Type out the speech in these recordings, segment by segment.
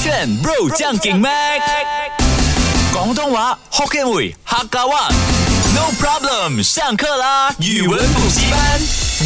选 bro 将劲 mac，广东话 Hokkien 语客家话。No problem，上课啦！语文补习班。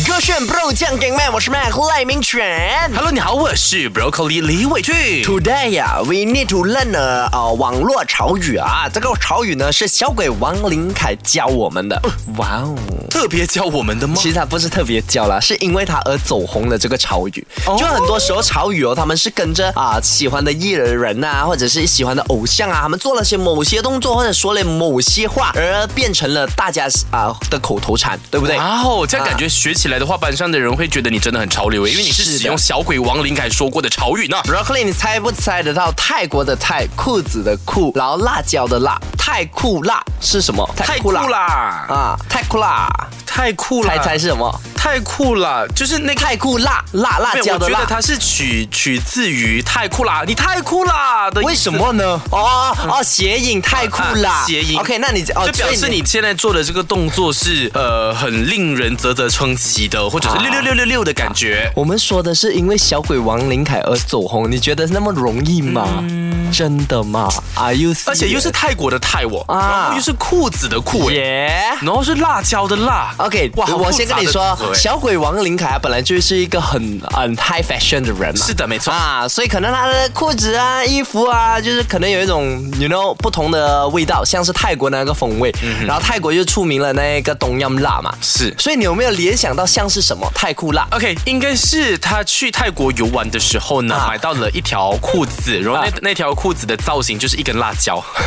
歌炫 Bro 酱给麦，我是 Mac 赖明全。 Hello，你好，我是 Broccoli 李伟俊。 Today 呀、w e need to learn 呢，呃，网络潮语啊。这个潮语呢是小鬼王林凯教我们的。哇哦，特别教我们的吗其实他不是特别教啦，是因为他而走红的这个潮语。哦就很多时候潮语哦，他们是跟着啊、喜欢的艺人呐、或者是喜欢的偶像啊，他们做了些某些动作或者说了某些话，而变成了大家啊、的口头禅，对不对？哇哦，这样感觉学起来的话，班上的人会觉得你真的很潮流耶，因为你是是的使用小鬼王林凯说过的潮语呢。 Broccoli，你猜不猜得到泰国的泰、裤子的裤，然后辣椒的辣，太酷辣是什么？太酷啦！啊，太酷辣，太酷啦！猜猜是什么？太酷啦！就是那个太酷辣，辣辣没有椒的我觉得辣。它是取取自于太酷啦，你太酷啦的意思。嗯为什么呢？哦哦，谐音太酷啊辣，啊谐音 OK，那你哦，就表示所以你现在做的这个动作是呃很令人啧啧称奇的，或者是啊六六六六六的感觉。我们说的是因为小鬼王林凯而走红，你觉得那么容易吗？真的吗？Are you？嗯而且又是泰国的泰哦，啊然后又是裤子的裤哎，耶。啊然后是辣椒的辣。 OK，好我复先跟杂你的说组合，哎小鬼王林凯啊本来就是一个很很 high fashion 的人嘛，是的，没错。啊，所以可能他的裤子啊、衣服啊，就是可能有一种 you know 不同的味道，像是泰国那个风味。嗯然后泰国就出名了那个东阳辣嘛，是所以你有没有联想到像是什么泰酷辣？ OK，应该是他去泰国游玩的时候呢，啊买到了一条裤子，然后那、啊那条裤子的造型就是一根辣椒，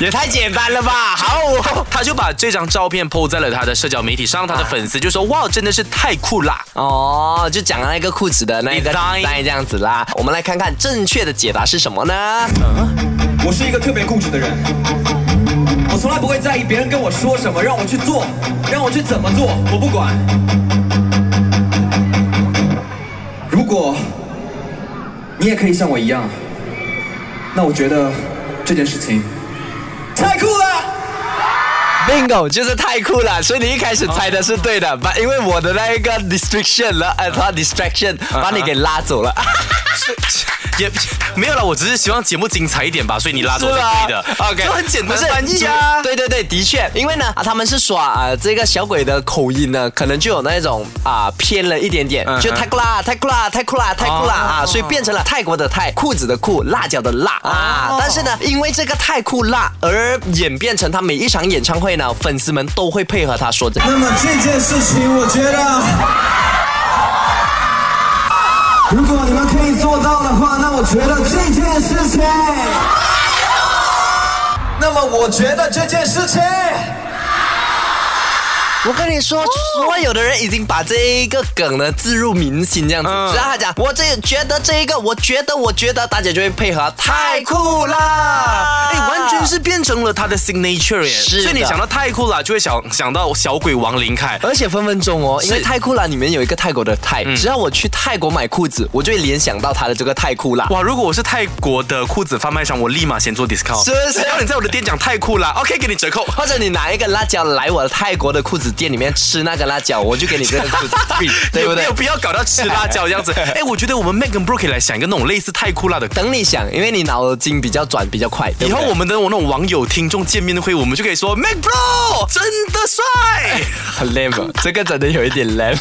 也太简单了吧！好，啊我他就把这张照片 PO 在了他的社交媒体上，他的粉丝就说：“哇，真的是太酷啦哦，就讲那个裤子的那个 Design design 这样子啦。我们来看看正确的解答是什么呢？我是一个特别固执的人，我从来不会在意别人跟我说什么，让我去做，让我去怎么做，我不管。如果你也可以像我一样，那我觉得这件事情太酷了。 Bingo，就是太酷了，所以你一开始猜的是对的，把、因为我的那一个 distraction 了，呃，他 distraction 把你给拉走了， 也没有啦，我只是希望节目精彩一点吧，所以你拉走啊是对的。吧 OK，就很简不单是翻译啊。对对对，的确，因为呢，啊、他们是说啊、这个小鬼的口音呢，可能就有那种啊、偏了一点点，哼就泰酷辣、泰酷辣、泰酷辣、泰酷辣、啊，所以变成了泰国的泰、裤子的裤、辣椒的辣啊。但是呢，因为这个太酷辣而演变成他每一场演唱会呢，粉丝们都会配合他说这。那么这件事情，我觉得。如果你们可以做到的话，那我觉得这件事情，那么我觉得这件事情。我跟你哦说，所有的人已经把这一个梗呢置入民心，这样子。嗯只要他讲，我这觉得这一个，我觉得，我觉得，大家就会配合。太酷啦！哎，完全是变成了他的 signature 耶，是的所以你想到太酷啦，就会想想到小鬼王林凯，而且分分钟哦，因为是嗯太酷啦里面有一个泰国的泰，只要我去泰国买裤子，我就会联想到他的这个太酷啦。哇！如果我是泰国的裤子贩卖商，我立马先做 discount。是不是只要你在我的店讲太酷啦，OK，给你折扣。或者你拿一个辣椒来我的泰国的裤子店里面吃那个辣椒，我就给你这个裤子 free，对不有没 对有？必要搞到吃辣椒这样子？哎，我觉得我们 Meg 跟 Brooke 可以来想一个那种类似太酷辣 的。等你想，因为你脑筋比较转，比较快。对以不后对我们的我那种网友听众见面会，我们就可以说 Meg Bro 真的帅。很 lame，这啊个真的有一点 lame。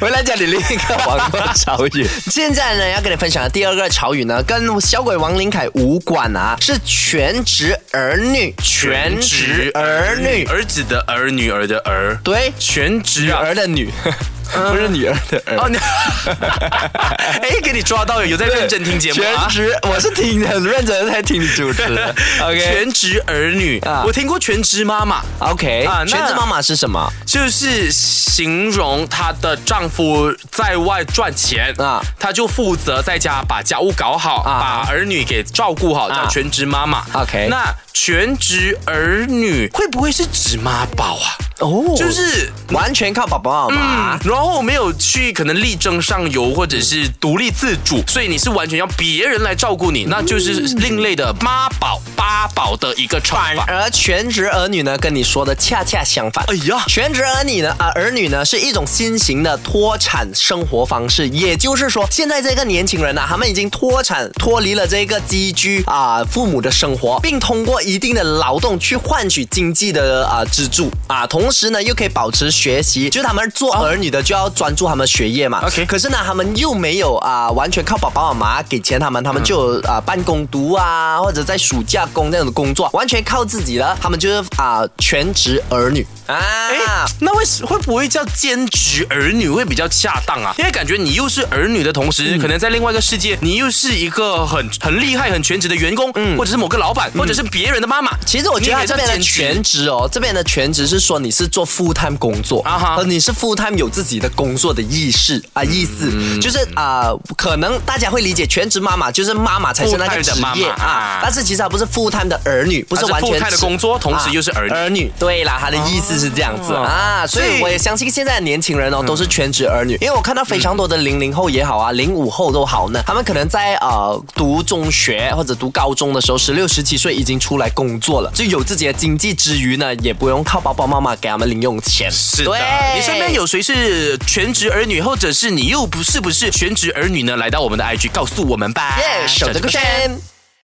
回 来讲你另一个网络潮语。现在呢，要跟你分享的第二个潮语呢，跟小鬼王林凯无关啊，是全职儿女， 全职儿女，儿子的儿，女儿的儿，对，嗯全女职啊。儿的女， 不是女儿的儿。哦，你 哎，给你抓到了，有在认真听节目全啊。职，我是听很认真地在听你主持的。OK 全职儿女啊，我听过全职妈妈， OK，啊那全职妈妈是什么？就是形容她的丈夫在外赚钱啊啊，她就负责在家把家务搞好，啊把儿女给照顾好，啊叫全职妈妈。 OK 那全职儿女会不会是指妈宝啊？哦，啊就是。完全靠爸爸妈妈。嗯，然然后没有去可能力争上游或者是独立自主，所以你是完全要别人来照顾你，那就是另类的妈宝八宝的一个惩罚。而全职儿女呢，跟你说的恰恰相反。哎呀全职儿女呢啊、儿女呢是一种新型的脱产生活方式，也就是说，现在这个年轻人呢、他们已经脱产，脱离了这个寄居啊、父母的生活，并通过一定的劳动去换取经济的啊、支柱啊，同时呢又可以保持学习，就是他们做儿女的就要专注他们学业嘛。 OK 可是呢，他们又没有啊、完全靠爸爸妈妈给钱他们，他们就有啊、办公读啊，或者在暑假工这样的工作，完全靠自己的，他们就是啊、全职儿女啊。哎，那为什会不会叫兼职儿女会比较恰当啊？因为感觉你又是儿女的同嗯时，可能在另外一个世界，你又是一个很很厉害、很全职的员工，或者是某个老板，或者是别人的妈妈。嗯其实我觉得你他也可以这边叫的兼职全职哦，这边的全职是说你是做 full time 工作，啊哈呃你是 full time 有自己的工作的意识啊、意思，嗯就是啊、可能大家会理解全职妈妈就是妈妈才是那个 Full-time 职的妈妈业啊啊，但是其实她不是 full time 的儿女，不是她是完全 full-time 的职工作同时又是儿女哦啊儿女。对啦，他的意思是这样子啊，所所以以我也相信现在的年轻人嗯哦都是全职儿女，因为我看到非常多的零零后也好啊，零五后都好呢，他们可能在呃读中学或者读高中的时候，十六十七岁已经出来工作了，就有自己的经济之余呢，也不用靠爸爸妈妈给他们零用钱。是的对，你身边有谁是全职儿女，啊或者是你又不是不是全职儿女呢？来到我们的 IG 告诉我们吧。耶，手这个圈。